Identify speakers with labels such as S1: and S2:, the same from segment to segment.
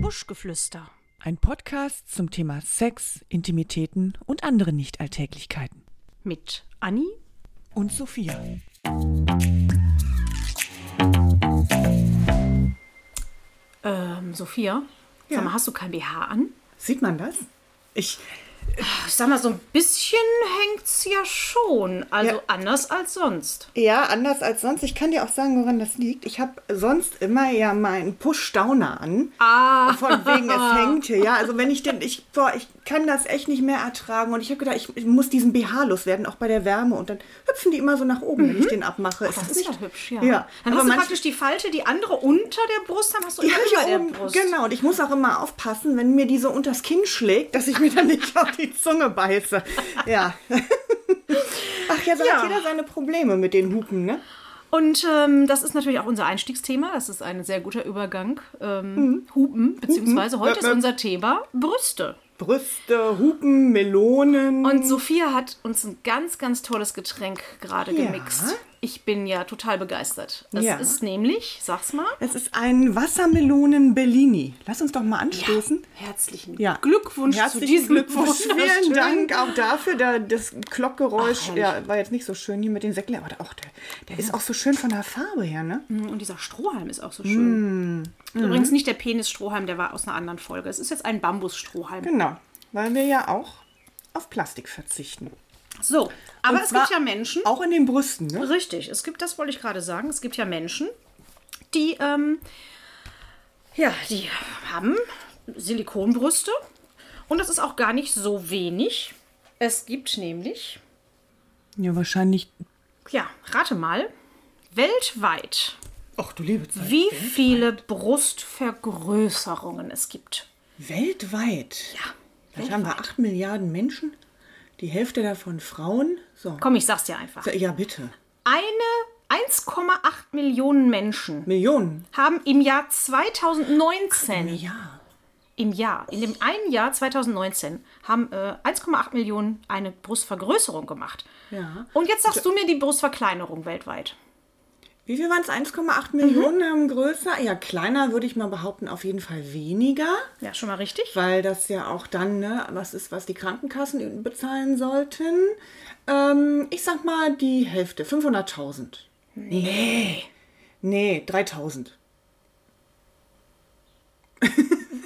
S1: Sexgeflüster.
S2: Ein Podcast zum Thema Sex, Intimitäten und andere Nichtalltäglichkeiten.
S1: Mit Anni?
S2: Und Sophia.
S1: Ähm, Sophia? Sag mal, hast du kein BH an?
S2: Sieht man das? Ich.
S1: Ich sag mal, so ein bisschen hängt's ja schon. Also
S2: Ja.
S1: anders als sonst.
S2: Ja, anders als sonst. Ich kann dir auch sagen, woran das liegt. Ich habe sonst immer ja meinen Push-Downer an.
S1: Ah.
S2: Von wegen, es hängt hier. Ja, also wenn ich den, ich, boah, ich kann das echt nicht mehr ertragen. Und ich habe gedacht, ich, ich muss diesen BH loswerden, auch bei der Wärme. Und dann hüpfen die immer so nach oben, wenn ich den abmache.
S1: Mhm. Das ist ja hübsch, ja.
S2: ja.
S1: Dann
S2: Aber
S1: hast du
S2: manch-
S1: praktisch die Falte, die andere unter der Brust, dann hast du
S2: Ja,
S1: immer über
S2: hier
S1: der
S2: oben.
S1: Brust.
S2: Genau, und ich muss auch immer aufpassen, wenn mir die so unters Kinn schlägt, dass ich mir dann nicht auf die Zunge beiße. Ja. Ach ja, so
S1: Ja.
S2: hat jeder seine Probleme mit den Hupen, ne?
S1: Und ähm, das ist natürlich auch unser Einstiegsthema. Das ist ein sehr guter Übergang. Ähm, Hupen, beziehungsweise heute ist
S2: Möp, möp.
S1: unser Thema Brüste.
S2: Brüste, Hupen, Melonen.
S1: Und Sophia hat uns ein ganz, ganz tolles Getränk gerade
S2: Ja.
S1: gemixt. Ich bin ja total begeistert. Es
S2: Ja.
S1: ist nämlich, sag's mal,
S2: es ist ein Wassermelonen Bellini. Lass uns doch mal anstoßen.
S1: herzlichen
S2: Ja.
S1: Glückwunsch zu
S2: Herzlichen
S1: diesem
S2: Glückwunsch. Vielen
S1: wunderschönen-
S2: Dank auch dafür. Da, das
S1: Ach,
S2: Glockgeräusch
S1: herrlich.
S2: ja, war jetzt nicht so schön hier mit den Säckchen, aber auch der, der ist auch so schön von der Farbe her, ne?
S1: Und dieser Strohhalm ist auch so schön.
S2: Mm.
S1: Übrigens nicht der Penis-Strohhalm, der war aus einer anderen Folge. Es ist jetzt ein Bambus-Strohhalm.
S2: Genau, weil wir ja auch auf Plastik verzichten.
S1: So, aber
S2: Und
S1: es
S2: zwar
S1: gibt ja Menschen.
S2: Auch in den Brüsten, ne?
S1: Richtig, es gibt, das wollte ich gerade sagen, es gibt ja Menschen, die, ähm, ja, die haben Silikonbrüste und das ist auch gar nicht so wenig. Es gibt nämlich,
S2: Ja, wahrscheinlich.
S1: ja, rate mal, weltweit,
S2: Ach du liebe Zeit.
S1: wie viele Brustvergrößerungen es gibt.
S2: Weltweit.
S1: Ja,
S2: Das haben wir 8 Milliarden Menschen, die Hälfte davon Frauen. So.
S1: komm, ich sag's dir einfach.
S2: Ja, bitte.
S1: Eine 1,8 Millionen Menschen
S2: Millionen.
S1: haben im Jahr 2019
S2: Ja.
S1: im Jahr, in dem einen Jahr 2019, haben äh, 1,8 Millionen eine Brustvergrößerung gemacht.
S2: Ja.
S1: Und jetzt sagst du mir die Brustverkleinerung weltweit.
S2: Wie viel waren es? 1,8 Millionen haben größer. Ja, kleiner würde ich mal behaupten, auf jeden Fall weniger.
S1: Ja, schon mal richtig.
S2: Weil das ja auch dann, ne, was ist, was die Krankenkassen bezahlen sollten. Ähm, ich sag mal die Hälfte, 500.000. Nee. Nee, 3.000.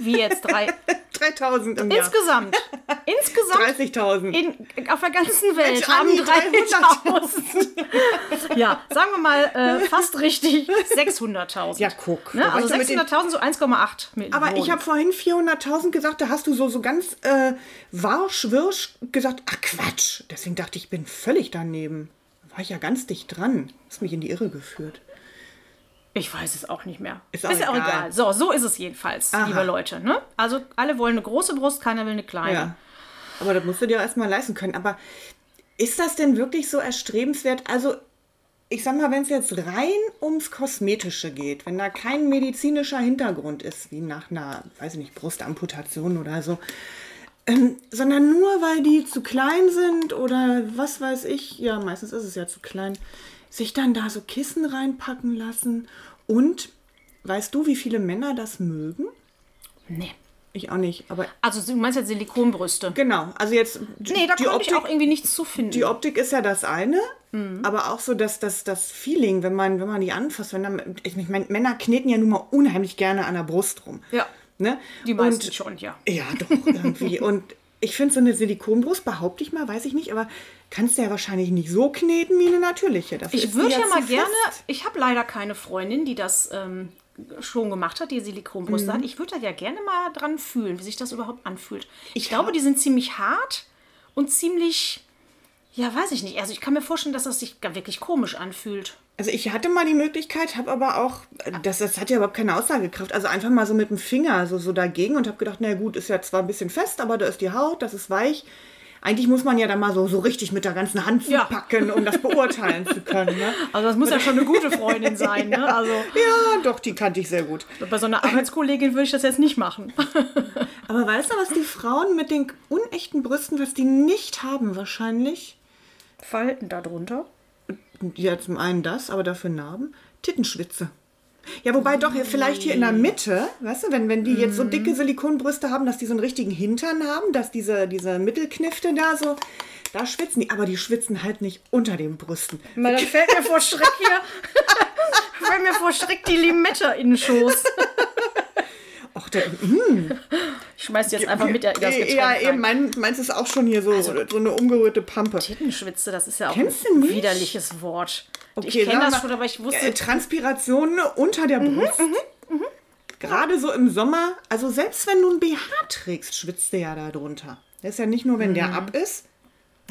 S1: Wie jetzt drei.
S2: 3.000 im Jahr.
S1: insgesamt. Insgesamt.
S2: 30.000.
S1: In, auf der ganzen Welt
S2: Mensch,
S1: haben
S2: Anni,
S1: 300.000. ja, sagen wir mal äh, fast richtig 600.000.
S2: Ja, guck.
S1: Ne?
S2: Da war
S1: Also
S2: ich doch mit den-
S1: 600.000, so 1,8 Millionen.
S2: Aber ich habe vorhin 400.000 gesagt, da hast du so, so ganz äh, warsch, wirsch gesagt, ach Quatsch. Deswegen dachte ich, ich bin völlig daneben. Da War ich ja ganz dicht dran. Hast mich in die Irre geführt.
S1: Ich weiß es auch nicht mehr.
S2: Ist auch egal.
S1: So, so ist es jedenfalls, liebe Leute. Ne? Also alle wollen eine große Brust, keiner will eine kleine.
S2: Ja. Aber das musst du dir erstmal leisten können. Aber ist das denn wirklich so erstrebenswert? Also, ich sag mal, wenn es jetzt rein ums Kosmetische geht, wenn da kein medizinischer Hintergrund ist, wie nach einer, weiß ich nicht, Brustamputation oder so, ähm, sondern nur weil die zu klein sind oder was weiß ich, ja, meistens ist es ja zu klein, sich dann da so Kissen reinpacken lassen. Und weißt du, wie viele Männer das mögen?
S1: Nee.
S2: Ich auch nicht, aber
S1: Also du meinst jetzt Silikonbrüste.
S2: genau. Also jetzt
S1: Nee, da konnte ich auch irgendwie nichts zu finden.
S2: die Optik ist ja das eine,
S1: Mhm.
S2: aber auch so das, das, das Feeling, wenn man, wenn man die anfasst, wenn dann, ich meine, Männer kneten ja nun mal unheimlich gerne an der Brust rum.
S1: Ja.
S2: Ne?
S1: Die meisten schon, ja.
S2: Ja, doch, irgendwie. Und ich finde, so eine Silikonbrust, behaupte ich mal, weiß ich nicht, aber kannst du ja wahrscheinlich nicht so kneten wie eine natürliche. Dafür ist
S1: Ich
S2: die
S1: würde ja
S2: zu
S1: mal gerne,
S2: fest.
S1: ich habe leider keine Freundin, die das ähm, schon gemacht hat, die Silikonbrüste
S2: Mhm.
S1: hat. Ich würde da ja gerne mal dran fühlen, wie sich das überhaupt anfühlt. Ich, glaube, die sind ziemlich hart und ziemlich, ja, weiß ich nicht. Also ich kann mir vorstellen, dass das sich gar wirklich komisch anfühlt.
S2: Also ich hatte mal die Möglichkeit, habe aber auch, das, das hat ja überhaupt keine Aussagekraft, also einfach mal so mit dem Finger so, so dagegen und habe gedacht, na gut, ist ja zwar ein bisschen fest, aber da ist die Haut, das ist weich. Eigentlich muss man ja dann mal so, so richtig mit der ganzen Hand
S1: Ja.
S2: packen, um das beurteilen zu können. Ne?
S1: Also das muss ja schon eine gute Freundin sein. Ne? Also
S2: Ja, doch, die kannte ich sehr gut.
S1: bei so einer Arbeitskollegin würde ich das jetzt nicht machen.
S2: Aber weißt du, was die Frauen mit den unechten Brüsten, was die nicht haben wahrscheinlich?
S1: Falten darunter.
S2: Ja, zum einen das, aber dafür Narben. Tittenschwitze. Ja, wobei doch hier- vielleicht hier in der Mitte, weißt du, wenn, wenn die
S1: Mhm.
S2: jetzt so dicke Silikonbrüste haben, dass die so einen richtigen Hintern haben, dass diese, diese Mittelknifte da so, da schwitzen die, aber die schwitzen halt nicht unter den Brüsten.
S1: Mal, dann fällt mir vor Schreck hier. fällt mir vor Schreck die Limette in den Schoß.
S2: Ach, der,
S1: Ich schmeiß die jetzt einfach mit der, das Also Getränk
S2: ja,
S1: rein.
S2: eben, mein, meins ist auch schon hier so, so eine umgerührte Pampe.
S1: Tittenschwitze, das ist ja auch
S2: Kennst
S1: ein
S2: du nicht?
S1: widerliches Wort.
S2: Okay,
S1: ich kenne
S2: sagen
S1: das
S2: wir-
S1: schon, aber ich wusste, Mhm,
S2: Äh, Transpirationen unter der Brust. Gerade so im Sommer, also selbst wenn du ein BH trägst, schwitzt der ja da drunter. Das ist ja nicht nur, wenn der
S1: Mhm.
S2: ab ist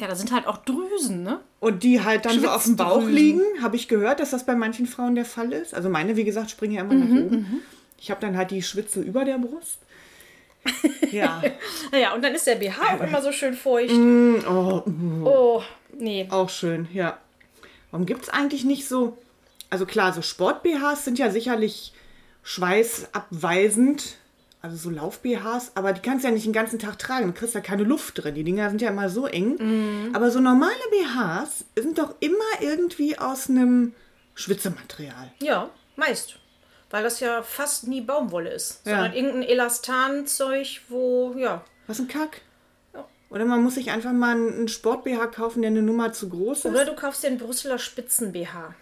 S1: ja, da sind halt auch Drüsen, ne?
S2: und die halt dann so auf dem Bauch
S1: Schwitzdrüsen.
S2: liegen. Habe ich gehört, dass das bei manchen Frauen der Fall ist. Also meine, wie gesagt, springen ja immer
S1: Mhm,
S2: nach oben. Ich habe dann halt die Schwitze über der Brust. Ja,
S1: Naja, und dann ist der BH auch immer so schön feucht.
S2: Mm,
S1: oh, nee.
S2: auch schön, ja. Warum gibt es eigentlich nicht so, also klar, so Sport-BHs sind ja sicherlich schweißabweisend, also so Lauf-BHs, aber die kannst du ja nicht den ganzen Tag tragen, du kriegst ja keine Luft drin, die Dinger sind ja immer so eng. Aber so normale BHs sind doch immer irgendwie aus einem Schwitzematerial.
S1: Ja, meist. Weil das ja fast nie Baumwolle ist,
S2: Ja.
S1: sondern irgendein Elastanzeug, wo, ja.
S2: Was ein Kack. Oder man muss sich einfach mal einen Sport-BH kaufen, der eine Nummer zu groß
S1: Oder
S2: ist.
S1: du kaufst dir einen Brüsseler Spitzen-BH.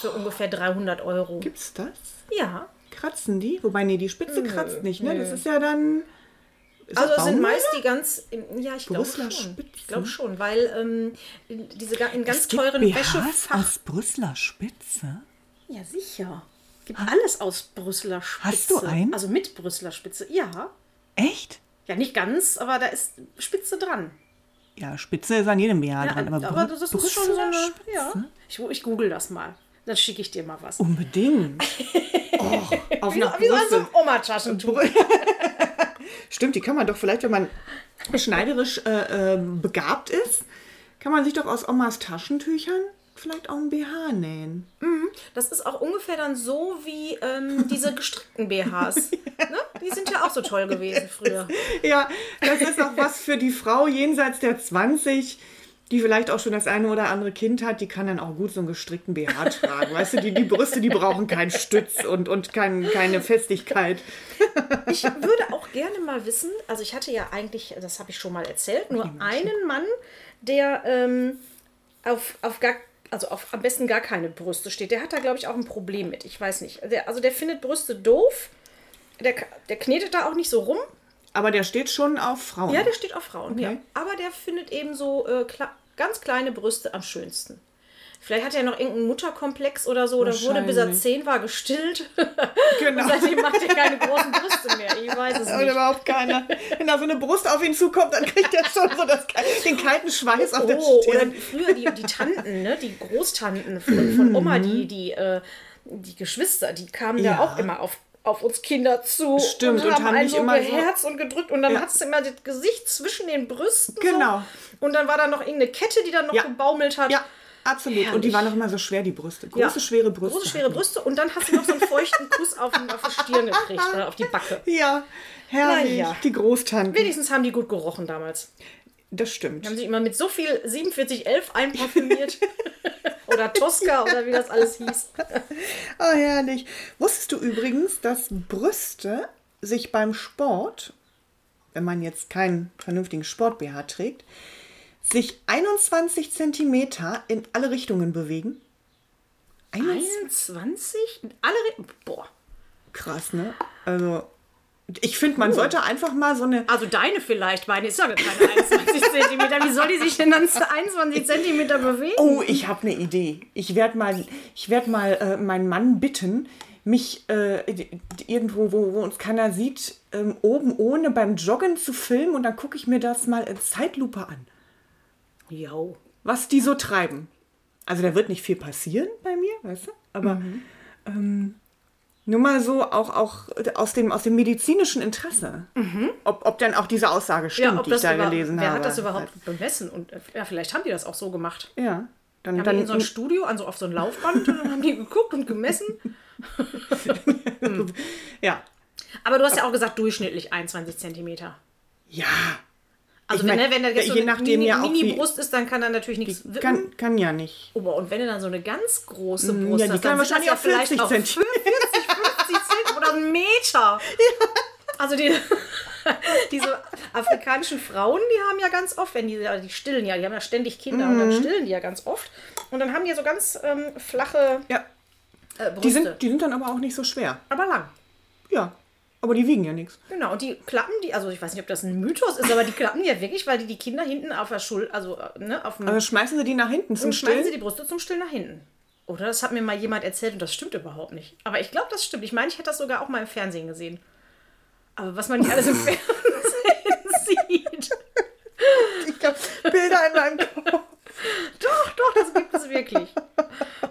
S1: Für
S2: Oh.
S1: ungefähr 300 Euro.
S2: Gibt's das?
S1: Ja.
S2: Kratzen die? Wobei, nee, die Spitze kratzt nicht, ne? Das ist ja dann.
S1: Hm, Also
S2: Ist das
S1: es sind
S2: Baumwolle?
S1: meist die ganz, ja, ich glaube
S2: Brüsseler
S1: schon.
S2: Spitzen?
S1: Ich glaube schon, weil ähm, diese ga- in ganz
S2: Es gibt
S1: teuren
S2: BHs
S1: Wäschefach...
S2: aus Brüsseler Spitze.
S1: Ja, sicher. Gibt alles aus Brüsseler Spitze.
S2: Hast du einen?
S1: Also mit Brüsseler Spitze, ja.
S2: Echt?
S1: Ja, nicht ganz, aber da ist Spitze dran.
S2: Ja, Spitze ist an jedem BH
S1: Ja,
S2: dran,
S1: aber
S2: aber, Brü-
S1: das ist schon so
S2: Brüsseler
S1: eine.
S2: Spitze?
S1: Ja. Ich, ich google das mal. Dann schicke ich dir mal was.
S2: Unbedingt. oh, auf nach
S1: Wie so ein
S2: Brüssel.
S1: so Oma-Taschentuch.
S2: Stimmt, die kann man doch vielleicht, wenn man schneiderisch äh, äh, begabt ist, kann man sich doch aus Omas Taschentüchern vielleicht auch ein BH nähen.
S1: Das ist auch ungefähr dann so wie ähm, diese gestrickten BHs. ne? Die sind ja auch so toll gewesen früher.
S2: Ja, das ist auch was für die Frau jenseits der 20, die vielleicht auch schon das eine oder andere Kind hat, die kann dann auch gut so einen gestrickten BH tragen. Weißt du, die, die Brüste, die brauchen keinen Stütz und, und kein, keine Festigkeit.
S1: Ich würde auch gerne mal wissen, also ich hatte ja eigentlich, das habe ich schon mal erzählt, nur einen Mann, der ähm, auf, auf gar, also auf am besten gar keine Brüste steht. Der hat da, glaube ich, auch ein Problem mit. Ich weiß nicht. Der, also der findet Brüste doof. Der, k- der knetet da auch nicht so rum.
S2: Aber der steht schon auf Frauen.
S1: Ja, der steht auf Frauen.
S2: Okay.
S1: Ja. Aber der findet eben so äh, kla ganz kleine Brüste am schönsten. Vielleicht hat er noch irgendeinen Mutterkomplex oder so oder wurde bis er
S2: Wahrscheinlich.
S1: zehn war gestillt.
S2: genau.
S1: Seitdem macht er keine großen Brüste mehr. Ich weiß es
S2: Oder
S1: nicht.
S2: überhaupt keiner. Wenn da so eine Brust auf ihn zukommt, dann kriegt er schon so das, den kalten Schweiß auf der
S1: Oh, oder
S2: Stirn.
S1: früher die, die Tanten, ne? die Großtanten von, von Oma, die, die, äh, die Geschwister, die kamen
S2: Mhm. Ja.
S1: da auch immer auf, auf uns Kinder zu
S2: Stimmt,
S1: und, haben einen
S2: dich
S1: so
S2: immer so-
S1: geherzt und gedrückt und dann
S2: Ja.
S1: hattest du immer das Gesicht zwischen den Brüsten.
S2: Genau.
S1: So. Und dann war da noch irgendeine Kette, die dann noch
S2: Ja.
S1: gebaumelt hat.
S2: Ja, absolut. Und die
S1: Herrlich.
S2: waren auch immer so schwer, die Brüste.
S1: Ja.
S2: Große, schwere Brüste.
S1: Große, schwere Brüste und dann hast du noch so einen feuchten Kuss auf, den- auf die Stirn gekriegt oder auf die Backe.
S2: Ja, herrlich.
S1: Na ja.
S2: Die Großtanten.
S1: Wenigstens haben die gut gerochen damals.
S2: Das stimmt.
S1: Haben sich immer mit so viel 4711 einparfümiert. oder Tosca oder wie das alles hieß.
S2: Oh, herrlich. Wusstest du übrigens, dass Brüste sich beim Sport, wenn man jetzt keinen vernünftigen Sport-BH trägt, sich 21 Zentimeter in alle Richtungen bewegen? 21?
S1: 21? In Alle Re Boah.
S2: Krass, ne? Also, ich finde, man sollte einfach mal so eine...
S1: Also deine vielleicht, meine ist ja gar keine 21 Zentimeter. Wie soll die sich denn dann zu 21 Zentimeter bewegen?
S2: Oh, ich habe eine Idee. Ich werde mal, ich werd mal äh, meinen Mann bitten, mich äh, d- d- irgendwo, wo, wo uns keiner sieht, ähm, oben ohne beim Joggen zu filmen und dann gucke ich mir das mal in Zeitlupe an,
S1: Jo.
S2: was die so treiben. Also da wird nicht viel passieren bei mir, weißt du? Aber
S1: Mhm.
S2: ähm, nur mal so auch, auch äh, aus, dem, aus dem medizinischen Interesse. Ob, ob dann auch diese Aussage stimmt,
S1: Mhm. Ja, ob
S2: die ich
S1: das
S2: da
S1: über,
S2: gelesen
S1: wer
S2: habe.
S1: hat das überhaupt bemessen? Und äh, ja, vielleicht haben die das auch so gemacht.
S2: Ja. Dann,
S1: Haben die
S2: dann
S1: in so ein Studio, also auf so ein Laufband und dann haben die geguckt und gemessen.
S2: ja.
S1: Aber du hast ja auch gesagt, durchschnittlich 21 Zentimeter.
S2: Ja.
S1: Also
S2: Ich
S1: wenn,
S2: mein,
S1: ne, wenn da jetzt so
S2: je
S1: eine
S2: nachdem
S1: Mini,
S2: ja auch wie-
S1: Mini-Brust ist, dann kann da natürlich nichts wippen.
S2: Kann, kann ja nicht.
S1: Ober. Und wenn du dann so eine ganz große Brust
S2: ja, die
S1: hast,
S2: kann
S1: dann sind das
S2: wahrscheinlich
S1: ja
S2: auch 40
S1: vielleicht auch 40
S2: Zentimeter.
S1: 50 Cent oder einen Meter. Also die, diese afrikanischen Frauen, die haben ja ganz oft, wenn die, die stillen ja, die haben ja ständig Kinder und
S2: Mm.
S1: dann stillen die ja ganz oft. Und dann haben die ja so ganz ähm, flache
S2: Ja,
S1: äh, Brüste,
S2: die sind, die sind dann aber auch nicht so schwer.
S1: aber lang.
S2: Ja, aber die wiegen ja nichts.
S1: Genau, und die klappen die, also ich weiß nicht, ob das ein Mythos ist, aber die klappen ja wirklich, weil die die Kinder hinten auf der Schul, also äh, ne, auf dem
S2: Also schmeißen sie die nach hinten zum
S1: Und schneiden sie
S2: Stillen?
S1: die Brüste zum Stillen nach hinten. Oder das hat mir mal jemand erzählt und das stimmt überhaupt nicht. Aber ich glaube, das stimmt. Ich meine, ich hätte das sogar auch mal im Fernsehen gesehen. Aber was man nicht alles im Fernsehen sieht.
S2: Ich glaube, Bilder in meinem Kopf.
S1: Doch, doch, das gibt es wirklich.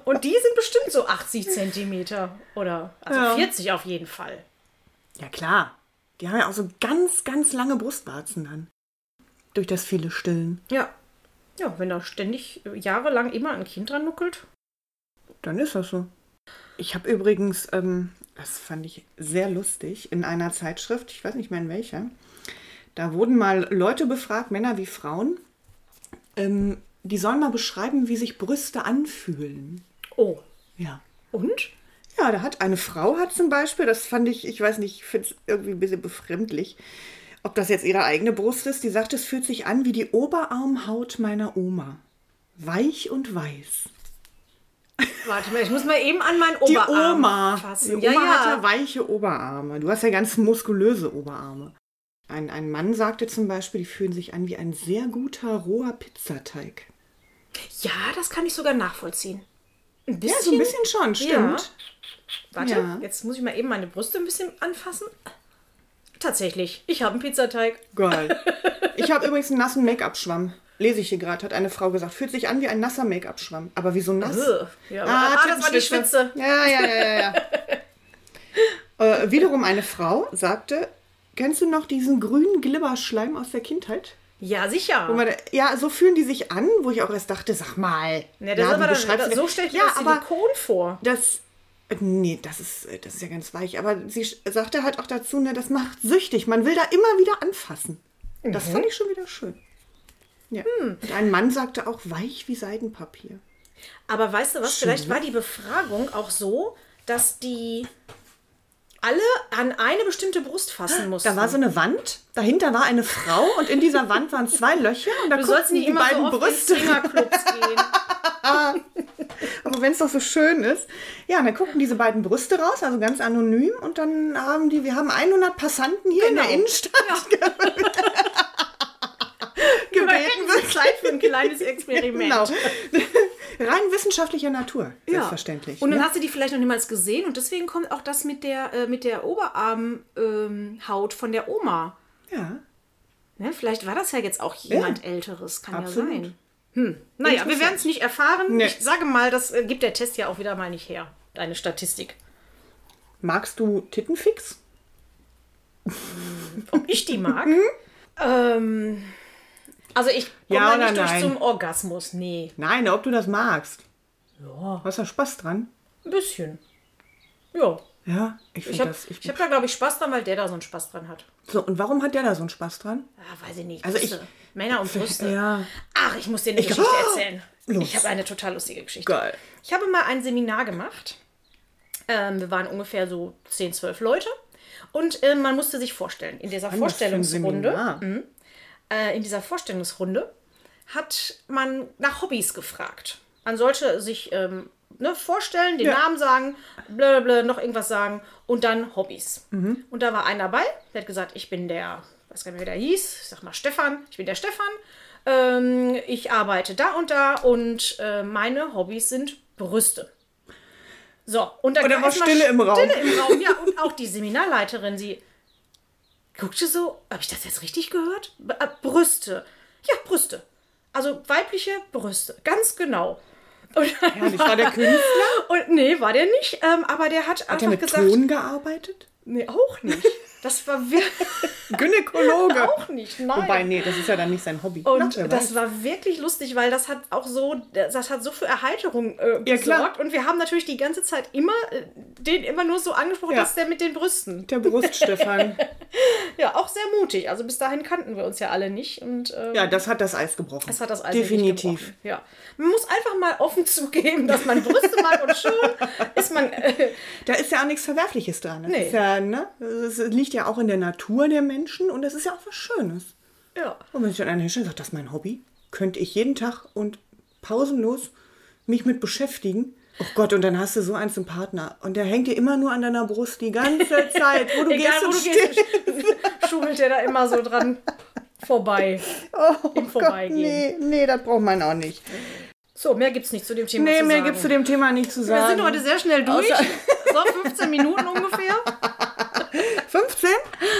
S1: Und die sind bestimmt so 80 Zentimeter oder also
S2: Ja.
S1: 40 auf jeden Fall.
S2: Ja, klar. Die haben ja auch so ganz, ganz lange Brustwarzen dann. Durch das viele Stillen.
S1: Ja. Ja, wenn da ständig äh, jahrelang immer ein Kind dran nuckelt.
S2: Dann ist das so. Ich habe übrigens, ähm, das fand ich sehr lustig, in einer Zeitschrift, ich weiß nicht mehr in welcher, da wurden mal Leute befragt, Männer wie Frauen, ähm, die sollen mal beschreiben, wie sich Brüste anfühlen.
S1: Oh.
S2: Ja.
S1: Und?
S2: Ja, da hat eine Frau hat zum Beispiel, das fand ich, ich weiß nicht, ich finde es irgendwie ein bisschen befremdlich, ob das jetzt ihre eigene Brust ist, die sagt, es fühlt sich an wie die Oberarmhaut meiner Oma. Weich und weiß.
S1: Warte mal, ich muss mal eben an meinen
S2: Die
S1: Oberarm
S2: Oma. Die
S1: fassen.
S2: Oma hat ja weiche Oberarme. Du hast ja ganz muskulöse Oberarme. Ein, ein Mann sagte zum Beispiel, die fühlen sich an wie ein sehr guter roher Pizzateig.
S1: ja, das kann ich sogar nachvollziehen. Ein bisschen,
S2: Ja, so ein bisschen
S1: Ja.
S2: schon, stimmt.
S1: Warte,
S2: Ja.
S1: jetzt muss ich mal eben meine Brüste ein bisschen anfassen. Tatsächlich, ich habe einen Pizzateig.
S2: Geil. Ich habe übrigens einen nassen Make-up-Schwamm. Lese ich hier gerade, hat eine Frau gesagt. Fühlt sich an wie ein nasser Make-up-Schwamm. Aber wieso nass?
S1: Ugh. Ja, aber- ah, das war die
S2: Tintenspitze.
S1: Spitze.
S2: Ja, ja, ja, ja. ja. äh, wiederum eine Frau sagte, kennst du noch diesen grünen Glibberschleim aus der Kindheit?
S1: Ja, sicher.
S2: Wo man, ja, so fühlen die sich an, wo ich auch erst dachte, sag mal.
S1: ja, das
S2: wie
S1: ist aber dann,
S2: beschreibst
S1: das,
S2: du-
S1: so stelle ich mir
S2: ja,
S1: das
S2: aber
S1: Silikon vor.
S2: das... äh, Nee, das ist, äh, das ist ja ganz weich. Aber sie sch- sagte halt auch dazu, ne, das macht süchtig. Man will da immer wieder anfassen. Das fand ich schon wieder schön. Ja. Und ein Mann sagte auch weich wie Seidenpapier.
S1: Aber weißt du was, vielleicht war die Befragung auch so, dass die alle an eine bestimmte Brust fassen mussten.
S2: Da war so eine Wand, dahinter war eine Frau und in dieser Wand waren zwei Löcher und da
S1: du sollst
S2: guckten
S1: nicht
S2: die
S1: immer so
S2: beiden
S1: oft
S2: Brüste.
S1: in Swingerclubs gehen.
S2: Aber wenn es doch so schön ist. Ja, und dann guckten diese beiden Brüste raus, also ganz anonym und dann haben die, wir haben 100 Passanten hier in der
S1: Genau.
S2: Innenstadt
S1: Wir
S2: gebeten.
S1: hätten so Zeit für ein kleines Experiment.
S2: Genau. Rein wissenschaftlicher Natur, selbstverständlich.
S1: Und dann
S2: ne?
S1: hast du die vielleicht noch niemals gesehen und deswegen kommt auch das mit der, äh, mit der Oberarmhaut ähm, Haut von der Oma.
S2: ja.
S1: Ne? Vielleicht war das ja jetzt auch jemand Älteres, kann
S2: absolut.
S1: ja sein. Hm. Naja, wir werden es nicht erfahren.
S2: Nee.
S1: Ich sage mal, das äh, gibt der Test ja auch wieder mal nicht her, deine Statistik.
S2: Magst du Tittenfix?
S1: Ob ich die mag?
S2: Mhm.
S1: ähm, also ich komme
S2: Ja
S1: da nicht
S2: oder
S1: durch
S2: nein?
S1: zum Orgasmus. Nee,
S2: Nein, ob du das magst.
S1: Ja.
S2: Hast du Spaß dran?
S1: ein bisschen. Ja,
S2: Ja, ich
S1: ich
S2: finde
S1: habe
S2: das. Ich,
S1: ich hab da, glaube ich, Spaß dran, weil der da so einen Spaß dran hat.
S2: so, und warum hat der da so einen Spaß dran?
S1: Ah, weiß ich nicht.
S2: Also
S1: Brüste.
S2: ich-
S1: Männer und Brüste.
S2: Ja.
S1: Ach, ich muss dir eine
S2: Ich-
S1: Geschichte
S2: Oh!
S1: erzählen.
S2: Los.
S1: Ich habe eine total lustige Geschichte.
S2: Geil.
S1: Ich habe mal ein Seminar gemacht. Ähm, wir waren ungefähr so 10, 12 Leute. Und äh, man musste sich vorstellen, in dieser
S2: Was für ein
S1: Vorstellungsrunde, Hm?
S2: Seminar.
S1: äh, in dieser Vorstellungsrunde hat man nach Hobbys gefragt. Man sollte sich ähm, ne, vorstellen, den
S2: Ja.
S1: Namen sagen, blablabla, noch irgendwas sagen und dann Hobbys.
S2: Mhm.
S1: Und da war einer dabei, der hat gesagt, ich bin der, weiß gar nicht, mehr, wie der hieß, ich sag mal Stefan, ich bin der Stefan, ähm, ich arbeite da und da und äh, meine Hobbys sind Brüste. So, und dann
S2: Und dann
S1: kam
S2: war
S1: erst mal
S2: Stille im Raum.
S1: Stille im Raum, ja, und auch die Seminarleiterin, sie guckte so, habe ich das jetzt richtig gehört? B äh, Brüste. Ja, Brüste. Also weibliche Brüste, ganz genau. Und,
S2: Ja, ich war der König.
S1: und nee, war der nicht, ähm, aber der hat,
S2: Hat
S1: einfach
S2: er mit
S1: gesagt,
S2: Ton gearbeitet?
S1: nee, auch nicht. Das war wirklich
S2: Gynäkologe.
S1: auch nicht. Nein.
S2: Wobei, nee, das ist ja dann nicht sein Hobby.
S1: Ah, Und
S2: wer
S1: das
S2: weiß.
S1: war wirklich lustig, weil das hat auch so, das hat so für Erheiterung äh,
S2: Ja,
S1: gesorgt.
S2: klar.
S1: Und wir haben natürlich die ganze Zeit immer äh, den immer nur so angesprochen,
S2: Ja.
S1: dass der mit den Brüsten.
S2: der Brust, Stefan.
S1: Ja, auch sehr mutig. Also bis dahin kannten wir uns ja alle nicht. Und ähm,
S2: Ja, das hat das Eis gebrochen.
S1: das hat das Eis
S2: Definitiv.
S1: Nicht gebrochen. ja. Man muss einfach mal offen zugeben, dass man Brüste mag und schon ist man. Äh,
S2: Da ist ja auch nichts Verwerfliches dran. Das
S1: Nee.
S2: Ist ja, ne? Es liegt ja auch in der Natur der Menschen und das ist ja auch was Schönes.
S1: ja.
S2: Und wenn sich dann einer hinstellt und sagt, das ist mein Hobby, könnte ich jeden Tag und pausenlos mich mit beschäftigen. Oh Gott, und dann hast du so einen zum Partner. Und der hängt dir immer nur an deiner Brust die ganze Zeit, wo du
S1: Egal
S2: gehst
S1: wo
S2: und
S1: du
S2: stehst.
S1: gehst, schummelt der da immer so dran vorbei. Im Vorbeigehen.
S2: Oh nee, nee, das braucht man auch nicht.
S1: So, mehr gibt's nicht zu dem Thema.
S2: Nee,
S1: zu
S2: mehr
S1: sagen.
S2: gibt es zu dem Thema nicht zu
S1: Wir
S2: sagen.
S1: sind heute sehr schnell durch.
S2: Außer-
S1: So 15 Minuten ungefähr.
S2: 15?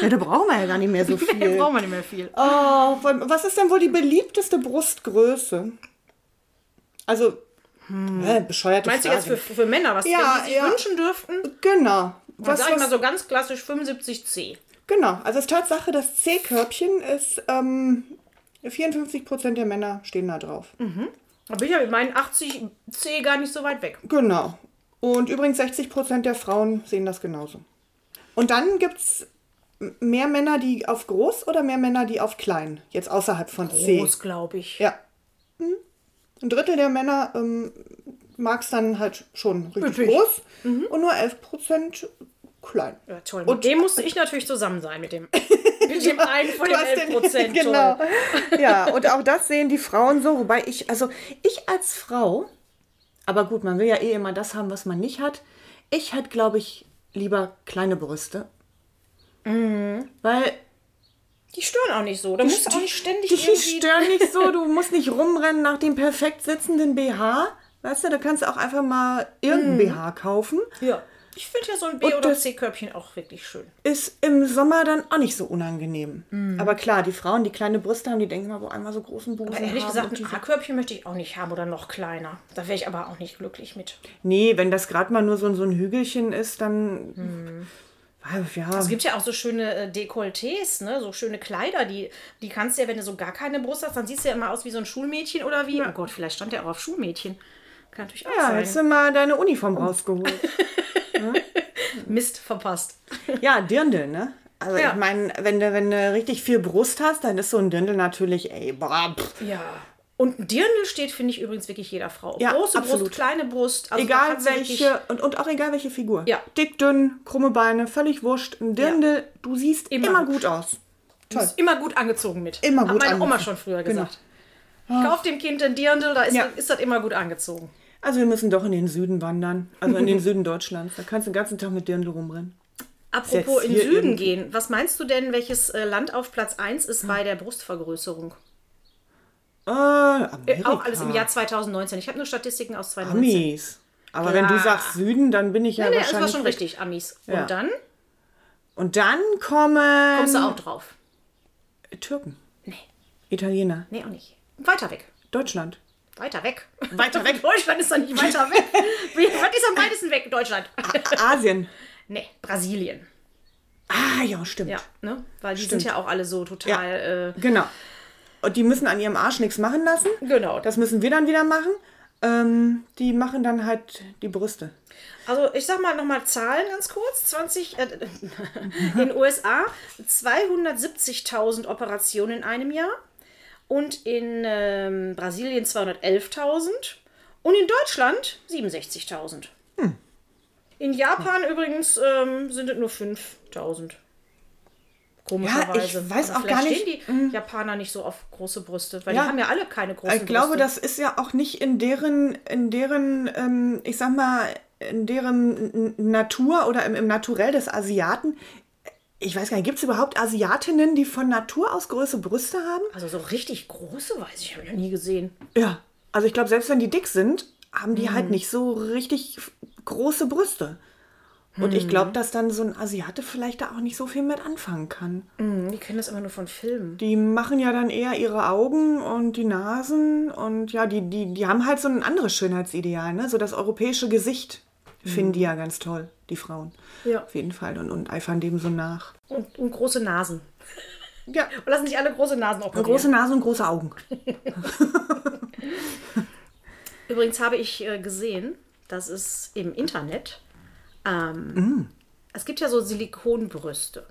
S2: Ja, da brauchen wir ja gar nicht mehr so viel.
S1: Hier brauchen wir nicht mehr viel.
S2: Oh, was ist denn wohl die beliebteste Brustgröße? Also, äh, bescheuerte
S1: Hm. Meinst du
S2: Frage.
S1: jetzt für, für Männer, was
S2: Ja,
S1: die sich
S2: ja.
S1: wünschen dürften? Dann
S2: Genau. Was,
S1: sag ich mal
S2: was,
S1: so ganz klassisch 75C.
S2: genau, also es ist Tatsache, das C-Körbchen ist, ähm, 54% der Männer stehen da drauf.
S1: Hm. Da bin ich ja mit meinen 80C gar nicht so weit weg.
S2: Genau. Und übrigens 60% der Frauen sehen das genauso. Und dann gibt es mehr Männer, die auf groß oder mehr Männer, die auf klein, jetzt außerhalb von C.
S1: Groß, glaube ich.
S2: Ja. Hm. Ein Drittel der Männer ähm, mag es dann halt schon richtig
S1: Natürlich.
S2: groß und nur 11% klein.
S1: Mhm. Ja, toll. Mit dem musste ich natürlich zusammen sein, mit dem, mit dem einen von
S2: Du
S1: den
S2: hast
S1: 11 Prozent.
S2: genau. Ja, und auch das sehen die Frauen so, wobei ich, also ich als Frau, aber gut, man will ja eh immer das haben, was man nicht hat. Ich hätte, glaube ich, lieber kleine Brüste. Weil
S1: Die stören auch nicht so. Da musst du Mhm. auch nicht ständig
S2: Die
S1: irgendwie...
S2: stören nicht so, du musst nicht rumrennen nach dem perfekt sitzenden BH. Weißt du, da kannst du auch einfach mal
S1: Mhm.
S2: irgendein BH kaufen.
S1: Ja. Ich finde ja so ein B-
S2: Und
S1: oder
S2: das-
S1: C-Körbchen auch wirklich schön.
S2: Ist im Sommer dann auch nicht so unangenehm.
S1: Mhm.
S2: Aber klar, die Frauen, die kleine Brüste haben, die denken immer, wo einmal so großen Busen
S1: Aber ehrlich
S2: haben.
S1: gesagt,
S2: und die-
S1: ein A-Körbchen möchte ich auch nicht haben oder noch kleiner. Da wäre ich aber auch nicht glücklich mit.
S2: nee, wenn das gerade mal nur so, ein- so ein Hügelchen ist, dann... Ah, Ja,
S1: Mhm. Es gibt ja auch so schöne äh, Dekolletés, ne? so schöne Kleider, die, die kannst du ja, wenn du so gar keine Brust hast, dann siehst du ja immer aus wie so ein Schulmädchen oder wie. Oh Gott, vielleicht stand der auch auf Schulmädchen. Kann natürlich auch
S2: ja,
S1: sein.
S2: jetzt mal deine Uniform rausgeholt.
S1: Mist verpasst.
S2: Ja, Dirndl, ne? Also
S1: Ja.
S2: ich meine, wenn du, wenn du richtig viel Brust hast, dann ist so ein Dirndl natürlich, ey, boah, pff,
S1: Ja. Und ein Dirndl steht, finde ich übrigens wirklich jeder Frau.
S2: Ja,
S1: Große
S2: absolut.
S1: Brust, kleine Brust. also da
S2: Egal
S1: kannst du wirklich-
S2: welche und, und auch egal welche Figur.
S1: Ja.
S2: Dick, dünn, krumme Beine, völlig wurscht. Ein Dirndl, du siehst immer,
S1: Immer
S2: gut aus.
S1: Du bist immer gut angezogen mit.
S2: Immer
S1: Hat
S2: gut
S1: meine Oma
S2: angezogen.
S1: schon früher
S2: Genau.
S1: gesagt. Kauf dem Kind ein Dirndl, da ist,
S2: Ja.
S1: ist das immer gut angezogen.
S2: Also wir müssen doch in den Süden wandern. Also in den Süden Deutschlands. Da kannst du den ganzen Tag mit Dirndl rumrennen.
S1: Apropos
S2: Setz
S1: in
S2: hier
S1: Süden
S2: irgendwie-
S1: gehen, was meinst du denn, welches äh, Land auf Platz 1 ist bei der Brustvergrößerung?
S2: Äh, Amerika.
S1: Auch alles im Jahr 2019. Ich habe nur Statistiken aus 2019.
S2: Mies. Aber wenn du sagst Süden, dann bin ich ja
S1: Nee, das
S2: wahrscheinlich...
S1: war schon richtig, Amis.
S2: Ja.
S1: Und dann
S2: Und dann kommen...
S1: kommst du auch drauf.
S2: Türken.
S1: Nee.
S2: Italiener.
S1: Nee, auch nicht. Weiter weg.
S2: Deutschland.
S1: Weiter weg.
S2: Weiter weg.
S1: Deutschland ist doch nicht weiter weg. Wie- Was ist am weitesten weg? Deutschland.
S2: Ah. Asien.
S1: Nee, Brasilien.
S2: Ah, ja, stimmt.
S1: Ja, ne? Weil die sind ja auch alle so total. Äh,
S2: Genau. Und die müssen an ihrem Arsch nichts machen lassen.
S1: genau.
S2: Das müssen wir dann wieder machen. Ähm, die machen dann halt die Brüste.
S1: Also ich sag mal nochmal Zahlen ganz kurz. 20 äh, in USA 270.000 Operationen in einem Jahr und in ähm, Brasilien 211.000 und in Deutschland 67.000.
S2: Hm.
S1: In Japan übrigens ähm, sind es nur 5.000. Komischerweise.
S2: weiß
S1: Aber
S2: auch gar
S1: vielleicht
S2: nicht, Hm.
S1: Stehen die Japaner nicht so auf große Brüste, weil
S2: Ja.
S1: die haben ja alle keine großen
S2: Ich glaube,
S1: Brüste.
S2: das ist ja auch nicht in deren, in deren, ähm, ich sag mal, in deren N- Natur oder im, im Naturell des Asiaten. Ich weiß gar nicht, gibt es überhaupt Asiatinnen, die von Natur aus größere Brüste haben?
S1: Also so richtig große weiß ich, habe ich noch nie gesehen.
S2: Ja. Also ich glaube, selbst wenn die dick sind, haben die halt nicht so richtig f- große Brüste. Und ich glaube, dass dann so ein Asiate vielleicht da auch nicht so viel mit anfangen kann.
S1: Hm, Die kennen das immer nur von Filmen.
S2: Die machen ja dann eher ihre Augen und die Nasen und ja, die, die, die haben halt so ein anderes Schönheitsideal, ne? So das europäische Gesicht. Finden
S1: Mhm.
S2: die ja ganz toll, die Frauen.
S1: Ja.
S2: Auf jeden Fall. Und, und eifern dem so nach.
S1: Und, und große Nasen.
S2: Ja,
S1: Und lassen sich alle große Nasen
S2: eine
S1: operieren.
S2: große Nase und große Augen.
S1: Übrigens habe ich äh, gesehen, dass es im Internet, ähm,
S2: Mm.
S1: es gibt ja so Silikonbrüste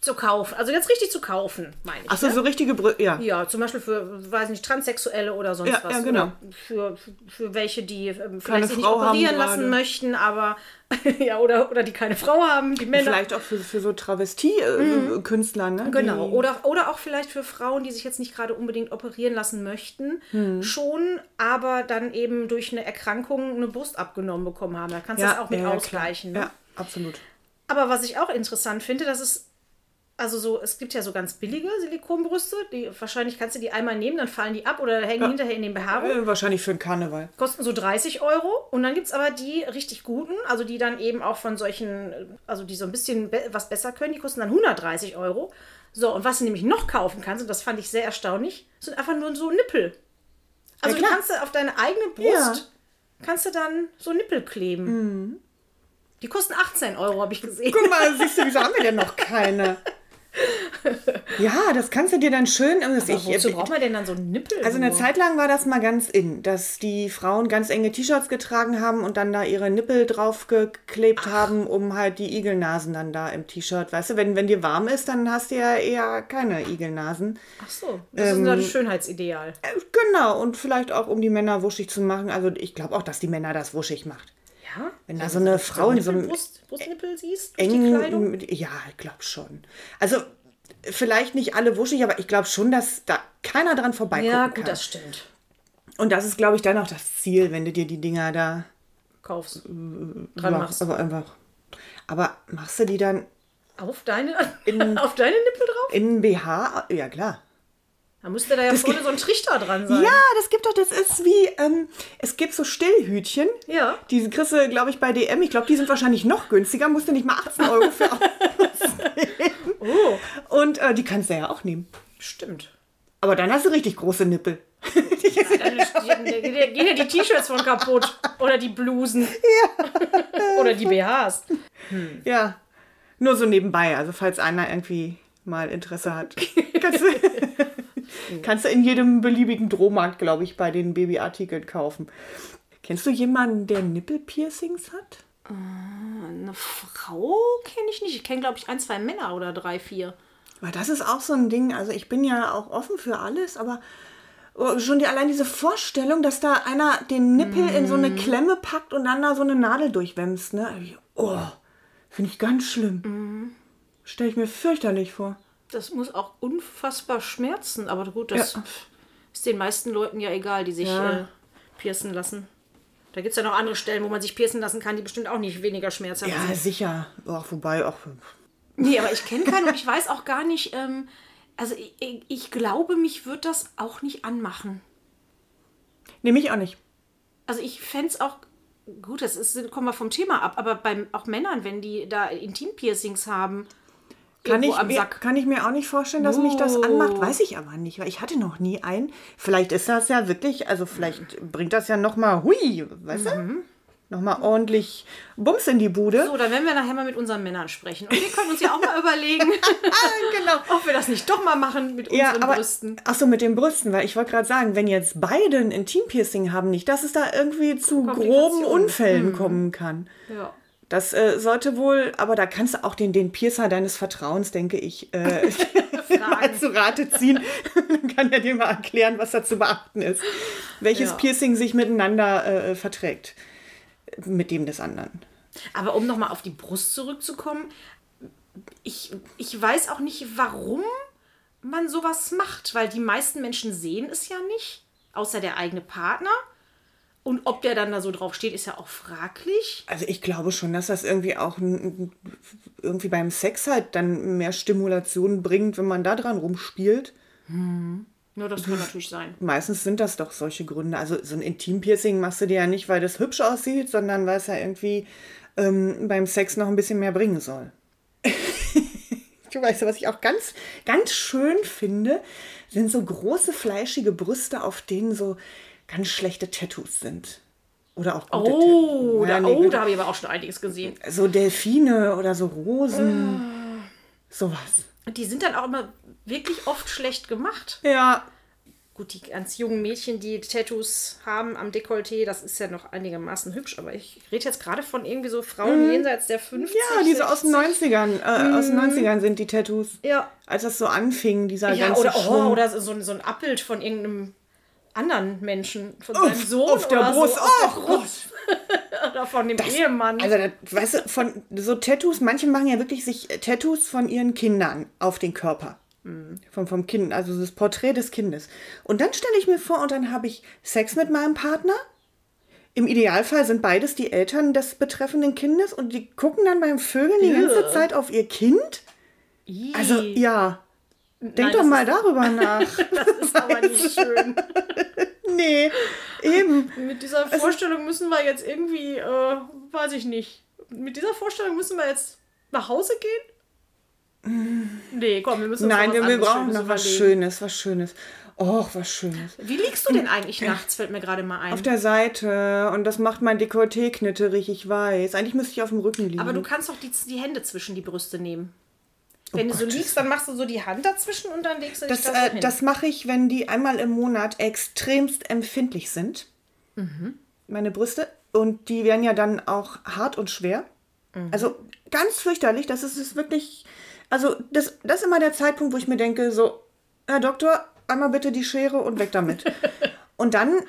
S1: zu kaufen, also jetzt richtig zu kaufen, meine ich.
S2: Achso, so richtige Brü ja.
S1: Ja, zum Beispiel für, weiß nicht, Transsexuelle oder sonst
S2: Ja,
S1: was.
S2: ja, genau.
S1: Oder für, für welche, die ähm, vielleicht sich
S2: Frau
S1: nicht
S2: haben
S1: operieren lassen
S2: gerade.
S1: möchten, aber ja, oder, oder die keine Frau haben, die Männer.
S2: Vielleicht auch für, für so Travestie-Künstler, ne?
S1: Genau, oder, oder auch vielleicht für Frauen, die sich jetzt nicht gerade unbedingt operieren lassen möchten,
S2: Hm.
S1: schon, aber dann eben durch eine Erkrankung eine Brust abgenommen bekommen haben. Da kannst du das auch mit
S2: klar.
S1: ausgleichen. Ne?
S2: Ja, absolut.
S1: Aber was ich auch interessant finde, dass es, also so, es gibt ja so ganz billige Silikonbrüste, die wahrscheinlich kannst du die einmal nehmen, dann fallen die ab oder hängen hinterher in den Behaarungen.
S2: Äh, Wahrscheinlich für den Karneval.
S1: Kosten so 30 Euro. Und dann gibt es aber die richtig guten, also die dann eben auch von solchen, also die so ein bisschen be was besser können, die kosten dann 130 Euro. So, und was du nämlich noch kaufen kannst, und das fand ich sehr erstaunlich, sind einfach nur so Nippel. Also du
S2: klar.
S1: kannst du auf deine eigene Brust, kannst du dann so Nippel kleben. Die kosten 18 Euro, habe ich gesehen.
S2: Mhm. Guck mal, siehst du, wieso haben wir denn noch keine? Ja, das kannst du dir dann schön. Also, ich,
S1: Wozu braucht man denn dann so einen Nippel?
S2: also eine
S1: nur?
S2: Zeit lang war das mal ganz in, dass die Frauen ganz enge T-Shirts getragen haben und dann da ihre Nippel draufgeklebt haben, um halt die Igelnasen dann da im T-Shirt. Weißt du, wenn, wenn dir warm ist, dann hast du ja eher keine Igelnasen.
S1: Ach so, das ist nur
S2: ähm,
S1: ein Schönheitsideal.
S2: Äh, Genau, und vielleicht auch, um die Männer wuschig zu machen. Also ich glaube auch, dass die Männer das wuschig macht.
S1: Ja?
S2: Wenn da so eine Frau in äh, so einem
S1: Brust, Brustnippel siehst, durch die Kleidung.
S2: engen, ja, ich glaube schon. Also vielleicht nicht alle wuschig, aber ich glaube schon, dass da keiner dran vorbeigucken
S1: Ja, gut,
S2: kann.
S1: das stimmt.
S2: Und das ist, glaube ich, dann auch das Ziel, wenn du dir die Dinger da
S1: kaufst, äh, dran machst.
S2: Aber einfach. Aber machst du die dann
S1: Auf deine, auf deine Nippel drauf?
S2: in den BH? Ja, klar.
S1: Da müsste da ja vorne so ein Trichter dran sein.
S2: Ja, das gibt doch, das ist wie, ähm, es gibt so Stillhütchen.
S1: Ja.
S2: Die kriegst du, glaube ich, bei DM. Ich glaube, die sind wahrscheinlich noch günstiger. Musst du nicht mal 18 Euro für ausgeben.
S1: Oh,
S2: Und äh, die kannst du ja auch nehmen.
S1: stimmt.
S2: Aber dann hast du richtig große Nippel.
S1: Dann gehen ja- gehen ja die T-Shirts von kaputt. Oder die Blusen. Oder die BHs.
S2: Ja, nur so nebenbei. Also falls einer irgendwie mal Interesse hat. Kannst du, kannst du in jedem beliebigen Drohmarkt, glaube ich, bei den Babyartikeln kaufen. Kennst du jemanden, der Nippelpiercings hat?
S1: Eine Frau kenne ich nicht. Ich kenne, glaube ich, ein, zwei Männer oder drei, vier.
S2: Weil das ist auch so ein Ding. Also ich bin ja auch offen für alles, aber oh, schon die, allein diese Vorstellung, dass da einer den Nippel in so eine Klemme packt und dann da so eine Nadel durchwämst, ne? Oh, finde ich ganz schlimm. Stelle ich mir fürchterlich vor.
S1: Das muss auch unfassbar schmerzen. Aber gut, das ist den meisten Leuten ja egal, die sich
S2: Ja.
S1: äh, piercen lassen. Da gibt es ja noch andere Stellen, wo man sich piercen lassen kann, die bestimmt auch nicht weniger schmerzhaft sind.
S2: Ja, Also sicher. Ach, wobei, auch.
S1: äh, Nee, aber ich kenne keinen und ich weiß auch gar nicht, ähm, also ich, ich, ich glaube, mich wird das auch nicht anmachen.
S2: Nehme ich auch nicht.
S1: Also ich fände es auch, gut, das ist, kommen wir vom Thema ab, aber beim, auch Männern, wenn die da Intim-Piercings haben,
S2: Kann
S1: irgendwo
S2: ich,
S1: am
S2: mir,
S1: Sack.
S2: kann ich mir auch nicht vorstellen, dass mich das anmacht. Weiß ich aber nicht, weil ich hatte noch nie einen. Vielleicht ist das ja wirklich, also vielleicht bringt das ja nochmal, hui, weißt du? Nochmal ordentlich Bums in die Bude.
S1: Mhm. So, dann werden wir nachher mal mit unseren Männern sprechen. Und wir können uns ja auch mal überlegen,
S2: genau.
S1: ob wir das nicht doch mal machen mit
S2: Ja,
S1: unseren
S2: aber,
S1: Brüsten.
S2: ach so, mit den Brüsten, weil ich wollte gerade sagen, wenn jetzt beide ein Intimpiercing haben, nicht, dass es da irgendwie zu groben
S1: Komplikationen. Mhm.
S2: Unfällen kommen kann.
S1: Ja.
S2: Das äh, sollte wohl, aber da kannst du auch den, den Piercer deines Vertrauens, denke ich, äh, mal zu Rate ziehen. Dann kann er dir mal erklären, was da zu beachten ist. Welches
S1: Ja.
S2: Piercing sich miteinander äh, verträgt. Mit dem des anderen.
S1: Aber um nochmal auf die Brust zurückzukommen, ich, ich weiß auch nicht, warum man sowas macht, weil die meisten Menschen sehen es ja nicht, außer der eigene Partner. Und ob der dann da so drauf steht, ist ja auch fraglich.
S2: Also ich glaube schon, dass das irgendwie auch n- irgendwie beim Sex halt dann mehr Stimulation bringt, wenn man da dran rumspielt.
S1: Nur das kann natürlich sein.
S2: Meistens sind das doch solche Gründe. Also so ein Intimpiercing machst du dir ja nicht, weil das hübsch aussieht, sondern weil es ja irgendwie ähm, beim Sex noch ein bisschen mehr bringen soll. du weißt ja, was ich auch ganz, ganz schön finde, sind so große fleischige Brüste, auf denen so ganz schlechte Tattoos sind. Oder auch gute
S1: Oh,
S2: Tiere.
S1: da,
S2: Ja, nee,
S1: oh,
S2: gut.
S1: da habe ich aber auch schon einiges gesehen.
S2: So Delfine oder so Rosen. Sowas.
S1: Und die sind dann auch immer wirklich oft schlecht gemacht.
S2: Ja.
S1: Gut, die ganz jungen Mädchen, die Tattoos haben am Dekolleté, das ist ja noch einigermaßen hübsch, aber ich rede jetzt gerade von irgendwie so Frauen jenseits der 50.
S2: Mhm. Ja, die so aus den 90ern, äh, aus den 90ern sind die Tattoos.
S1: Ja.
S2: Als das so anfing, dieser
S1: Ja,
S2: ganze
S1: oder,
S2: Schwung.
S1: oh, oder so, so- so ein Abbild von irgendeinem anderen Menschen, von seinem Sohn
S2: auf der
S1: oder
S2: Brust.
S1: so, auf
S2: Oh,
S1: der Brust. oder von dem Ehemann.
S2: Also, das, weißt du, von so Tattoos, manche machen ja wirklich sich äh, Tattoos von ihren Kindern auf den Körper.
S1: Mhm.
S2: Vom, vom Kind, also das Porträt des Kindes. Und dann stelle ich mir vor, und dann habe ich Sex mit meinem Partner. Im Idealfall sind beides die Eltern des betreffenden Kindes und die gucken dann beim Vögeln die ganze Zeit auf ihr Kind.
S1: Ih,
S2: Also, ja. Denk
S1: Nein,
S2: doch
S1: das
S2: mal
S1: ist-
S2: darüber nach.
S1: das ist aber nicht schön.
S2: nee, eben.
S1: Mit dieser
S2: Also
S1: Vorstellung müssen wir jetzt irgendwie, äh, weiß ich nicht, mit dieser Vorstellung müssen wir jetzt nach Hause gehen? Nee, komm, wir müssen uns
S2: Mm. Nein,
S1: noch
S2: wir, wir
S1: anderes
S2: brauchen
S1: Schönes
S2: noch was
S1: überlegen.
S2: Schönes, was Schönes. Och, was Schönes. Mm.
S1: Wie liegst du denn eigentlich nachts, fällt mir gerade mal ein.
S2: Auf der Seite und das macht mein Dekolleté knitterig, ich weiß. Eigentlich müsste ich auf dem Rücken liegen.
S1: Aber du kannst doch die, die Hände zwischen die Brüste nehmen. Wenn du so
S2: Gottes
S1: liegst, dann machst du so die Hand dazwischen und dann legst du dich
S2: Oh das
S1: da so
S2: äh,
S1: hin.
S2: das mache ich, wenn die einmal im Monat extremst empfindlich sind.
S1: Mhm.
S2: Meine Brüste. Und die werden ja dann auch hart und schwer.
S1: Mhm.
S2: Also ganz fürchterlich. Das ist, ist wirklich. Also, das, das ist immer der Zeitpunkt, wo ich mir denke, so, Herr Doktor, einmal bitte die Schere und weg damit. und dann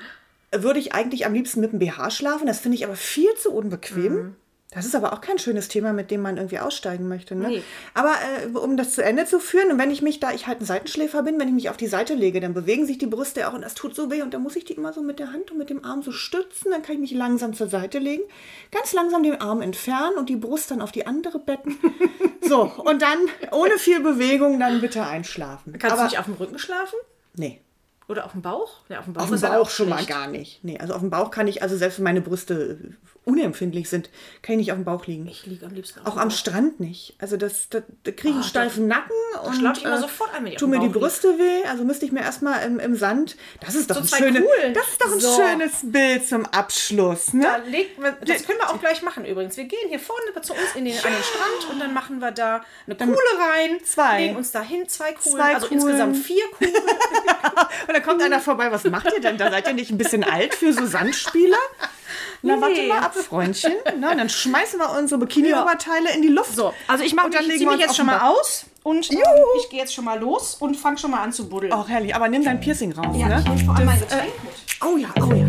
S2: würde ich eigentlich am liebsten mit dem BH schlafen. Das finde ich aber viel zu unbequem.
S1: Mhm.
S2: Das ist aber auch kein schönes Thema, mit dem man irgendwie aussteigen möchte. Ne?
S1: Nee.
S2: Aber äh, um das zu Ende zu führen, und wenn ich mich da, ich halt ein Seitenschläfer bin, wenn ich mich auf die Seite lege, dann bewegen sich die Brüste auch und das tut so weh. Und dann muss ich die immer so mit der Hand und mit dem Arm so stützen. Dann kann ich mich langsam zur Seite legen, ganz langsam den Arm entfernen und die Brust dann auf die andere betten. so, und dann ohne viel Bewegung dann bitte einschlafen.
S1: Kannst
S2: aber,
S1: du nicht auf dem Rücken schlafen?
S2: Nee.
S1: Oder auf dem Bauch? Ja, auf dem Bauch,
S2: Auf dem
S1: ist dann
S2: Bauch
S1: auch
S2: schon mal
S1: schlecht.
S2: gar nicht. Nee, also auf dem Bauch kann ich, also selbst wenn meine Brüste unempfindlich sind, kann ich nicht auf dem Bauch liegen.
S1: Ich liege am liebsten auf
S2: Auch
S1: dem
S2: am Strand nicht. Also das, da, da kriege ich einen steifen Nacken und
S1: Ah, schlafe ich immer sofort ein, wenn ich
S2: tu
S1: auf
S2: mir
S1: dem
S2: die
S1: Bauch lieg.
S2: Brüste weh. Also müsste ich mir erstmal im, im Sand. Das ist doch ein,
S1: zwei
S2: schöne,
S1: Kugeln.
S2: das ist doch ein
S1: So.
S2: schönes Bild zum Abschluss.
S1: Da
S2: Ne?
S1: legt man, das können wir auch gleich machen übrigens. Wir gehen hier vorne zu uns in den, an den Strand und dann machen wir da eine Kuhle rein.
S2: zwei.
S1: Legen uns da hin, zwei Kuhlen.
S2: Zwei
S1: also
S2: Kuhlen.
S1: insgesamt vier Kuhlen.
S2: Und da kommt einer vorbei. Was macht ihr denn? Da seid ihr nicht ein bisschen alt für so Sandspieler? Na,
S1: Nee.
S2: warte mal ab, Freundchen. Na, dann schmeißen wir unsere Bikini-Oberteile in die Luft.
S1: So, also ich mache
S2: Und dann
S1: mich,
S2: legen
S1: zieh
S2: wir
S1: mich
S2: uns
S1: jetzt
S2: auf
S1: schon
S2: den
S1: mal
S2: Bauch.
S1: aus und ähm,
S2: Juhu.
S1: ich gehe jetzt schon mal los und fange schon mal an zu buddeln.
S2: Auch herrlich. Aber nimm dein Piercing raus.
S1: ja, äh,
S2: ne?
S1: ich nehme vor allem mein Getränk mit.
S2: Oh ja, oh ja.